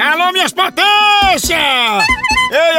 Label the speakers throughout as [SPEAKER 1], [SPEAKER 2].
[SPEAKER 1] Atenção, minhas potências! Ei,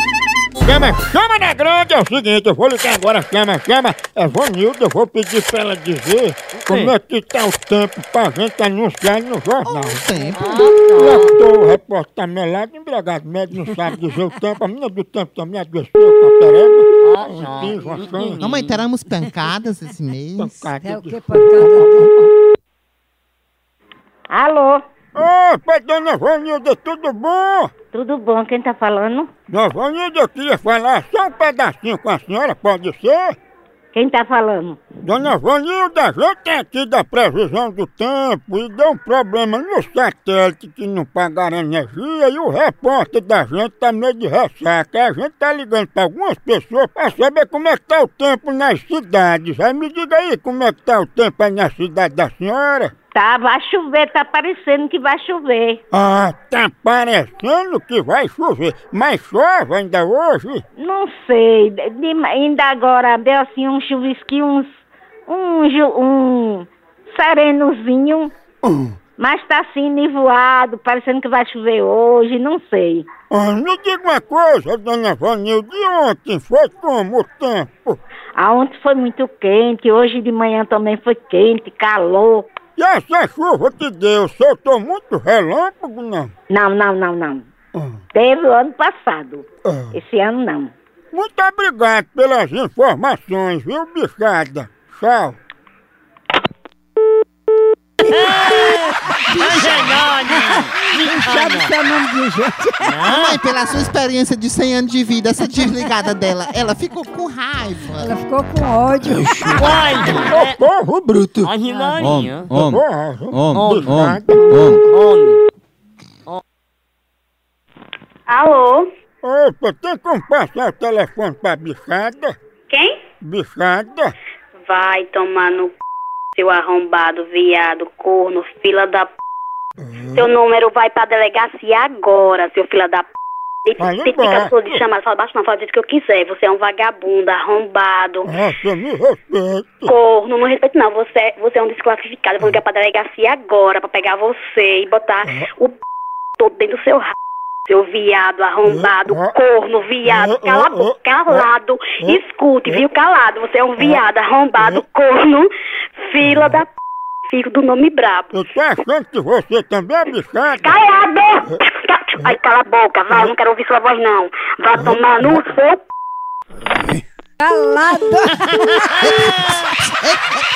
[SPEAKER 1] Chama, chama na grande, é o seguinte, eu vou ligar agora, chama, chama. É Vanilda, eu vou pedir pra ela dizer como é que tá o tempo pra gente anunciar no jornal.
[SPEAKER 2] Tempo.
[SPEAKER 1] Diretor, repórter melado, empregado médico, não sabe dizer o tempo. A menina do tempo também adoeceu com a
[SPEAKER 3] Ah,
[SPEAKER 1] pereba. Um piso, uma sanha,
[SPEAKER 2] Não, mãe, teremos pancadas esse mês.
[SPEAKER 3] É
[SPEAKER 1] pancada
[SPEAKER 3] o
[SPEAKER 1] de-
[SPEAKER 3] que pancada?
[SPEAKER 4] Alô,
[SPEAKER 1] Opa, dona Vanilda, tudo bom?
[SPEAKER 4] tudo bom? Quem tá falando?
[SPEAKER 1] Dona Vanilda, eu queria falar só um pedacinho com a senhora, pode ser?
[SPEAKER 4] Quem tá falando?
[SPEAKER 1] Dona Vanilda, a gente tem aqui da previsão do tempo e deu um problema no satélite que não pagaram energia e o repórter da gente tá meio de ressaca. A gente tá ligando pra algumas pessoas pra saber como é que tá o tempo nas cidades. Aí me diga aí como é que tá o tempo aí na cidade da senhora.
[SPEAKER 4] Tá, vai chover, tá parecendo que vai chover.
[SPEAKER 1] Ah, tá parecendo que vai chover, mas chove ainda hoje?
[SPEAKER 4] Não sei, de- de- ainda agora deu assim um chuvisquinho, uns, um, ju- um serenozinho. Mas tá assim, nivoado, parecendo que vai chover hoje, não sei.
[SPEAKER 1] Ah, me diga uma coisa, dona Vanilda, de ontem foi como o tempo?
[SPEAKER 4] Ah, Ontem foi muito quente, hoje de manhã também foi quente, calor.
[SPEAKER 1] E essa chuva que deu, soltou muito relâmpago, não?
[SPEAKER 4] Não, não, não, não.
[SPEAKER 1] Ah,
[SPEAKER 4] Teve o ano passado,
[SPEAKER 1] ah.
[SPEAKER 4] esse ano não.
[SPEAKER 1] Muito obrigado pelas informações, viu, bichada? Tchau.
[SPEAKER 3] Sabe o que é o nome de gente?
[SPEAKER 2] Ô, mãe, pela sua experiência de 100 anos de vida, essa desligada dela, ela ficou com raiva.
[SPEAKER 3] Ela ficou com ódio.
[SPEAKER 1] Ô, porro bruto.
[SPEAKER 5] Homem, homem,
[SPEAKER 1] Porra,
[SPEAKER 5] homem, homem,
[SPEAKER 1] bichada.
[SPEAKER 5] homem.
[SPEAKER 4] Alô?
[SPEAKER 1] Opa, tem como passar o telefone pra bichada?
[SPEAKER 6] Quem?
[SPEAKER 1] Bichada?
[SPEAKER 6] Vai tomar no c... seu arrombado, viado, corno, fila da p...
[SPEAKER 1] Uhum.
[SPEAKER 6] Seu número vai pra delegacia agora, seu fila da p... E
[SPEAKER 1] Vai
[SPEAKER 6] se
[SPEAKER 1] embora.
[SPEAKER 6] fica sua de chamar, fala baixo, não fala do jeito que eu quiser. Você é um vagabundo, arrombado,
[SPEAKER 1] Ah, você me respeita.
[SPEAKER 6] corno, não respeito não. Você, você é um desclassificado. Eu vou ligar pra delegacia agora pra pegar você e botar
[SPEAKER 1] Uhum.
[SPEAKER 6] o p... todo dentro do seu rabo. Seu viado, arrombado,
[SPEAKER 1] Ah.
[SPEAKER 6] corno, viado,
[SPEAKER 1] Ah,
[SPEAKER 6] cala
[SPEAKER 1] ah,
[SPEAKER 6] a boca,
[SPEAKER 1] ah,
[SPEAKER 6] calado,
[SPEAKER 1] ah.
[SPEAKER 6] escute, viu, calado, você é um viado, arrombado, corno, fila da p... filho do nome brabo.
[SPEAKER 1] Eu tô achando que você também é bichada.
[SPEAKER 6] Calado! Ai, cala a boca, vai, não quero ouvir sua voz não. Vá tomar no seu p...
[SPEAKER 3] Calado!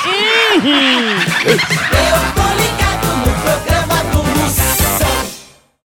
[SPEAKER 2] Ei,
[SPEAKER 7] Eu tô